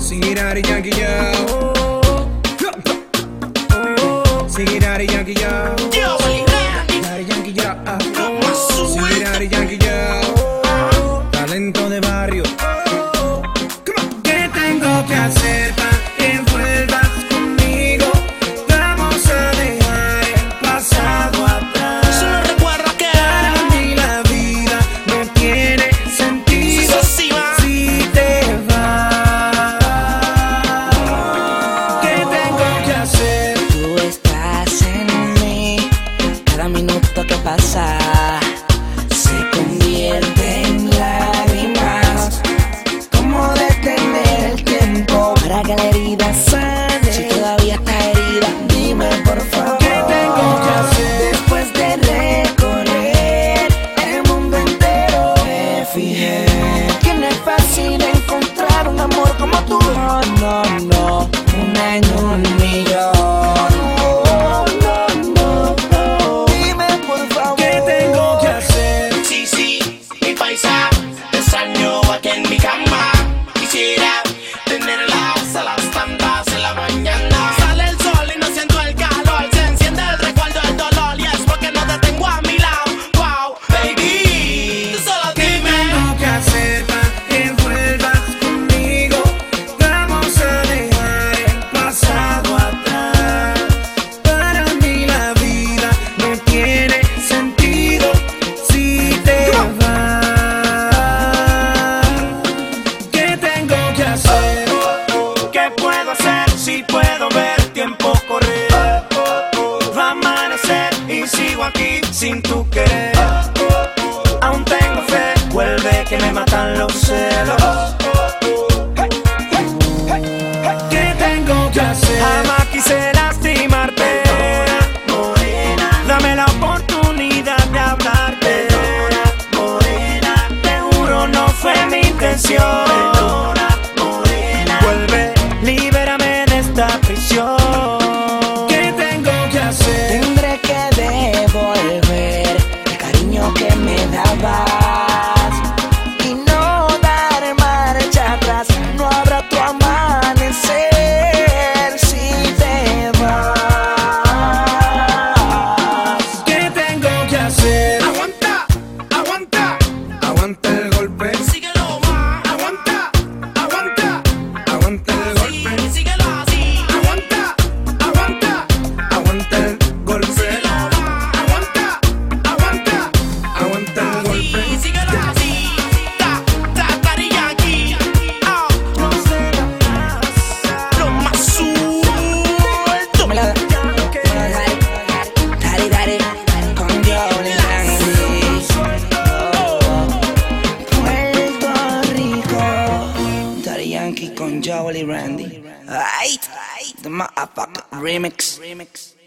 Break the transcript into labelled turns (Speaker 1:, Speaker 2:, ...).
Speaker 1: Seguirá de Yankee Yo. Seguirá de Yankee Yo. Seguirá de Yankee Yo. Seguirá de Yankee Yo. Talento de barrio. Come on. ¿Qué tengo que hacer para que vuelvas conmigo? Vamos a dejar el pasado atrás.
Speaker 2: Solo recuerda que
Speaker 1: Para mí la vida no tiene
Speaker 2: si
Speaker 1: sentido
Speaker 2: sos iba,
Speaker 1: si te vas. ¿Qué tengo que hacer?
Speaker 3: Tú estás en mí, cada minuto que pasa se convierte en lágrimas. ¿Cómo detener el tiempo para que la herida sane? Si todavía está herida, dime por favor.
Speaker 1: ¿Qué tengo que hacer?
Speaker 3: Después de recorrer el mundo entero, me fijé que no es fácil encontrar un amor como tú. No, no, no, un año, un millón. No, no, no, no. Dime por favor.
Speaker 1: ¿Qué tengo que hacer?
Speaker 2: sí, sí, mi paisa, extraño aquí en mi cama. Quisiera tenerlas a las tantas en la mañana. Sale el sol y no siento el calor, se enciende el recuerdo del dolor y es porque no te tengo a mi lado. Wow, baby, tú solo dime.
Speaker 1: tengo que hacer para que vuelvas conmigo? Vamos a dejar el pasado atrás. Para mí la vida no tiene sentido si te vas. ¿Qué tengo que hacer? ¿Qué puedo hacer si puedo ver tiempo correr? Va a amanecer y sigo aquí sin tu querer. Aún tengo fe, vuelve que me matan los celos. ¿Qué tengo que hacer? Jamás quise lastimarte. Morena, dame la oportunidad de hablarte. Morena, te juro no fue mi intención. Morena, vuelve, libérame de esta prisión. ¿Qué tengo que hacer?
Speaker 3: Tendré que devolver el cariño que me dabas y no dar marcha atrás. No habrá tu amanecer si te vas.
Speaker 1: ¿Qué tengo que hacer?
Speaker 2: Aguanta, aguanta,
Speaker 1: Aguanta el golpe,
Speaker 2: síguelo más. Aguanta, aguanta,
Speaker 1: aguanta el
Speaker 2: sí, síguelo así. Aguanta, aguanta,
Speaker 1: aguanta el golpe,
Speaker 2: síguelo más. Aguanta, aguanta.
Speaker 1: aguanta el
Speaker 2: Sí, síguelo así. Ta, ta, tariyaki. Ah,
Speaker 3: No se la pasa.
Speaker 2: lo más suelto.
Speaker 3: Me la Dale, dale, con Johnny Randy. Puerto Rico. Daddy Yankee con Jolly Randy. Ay, the motherfucker remix. remix.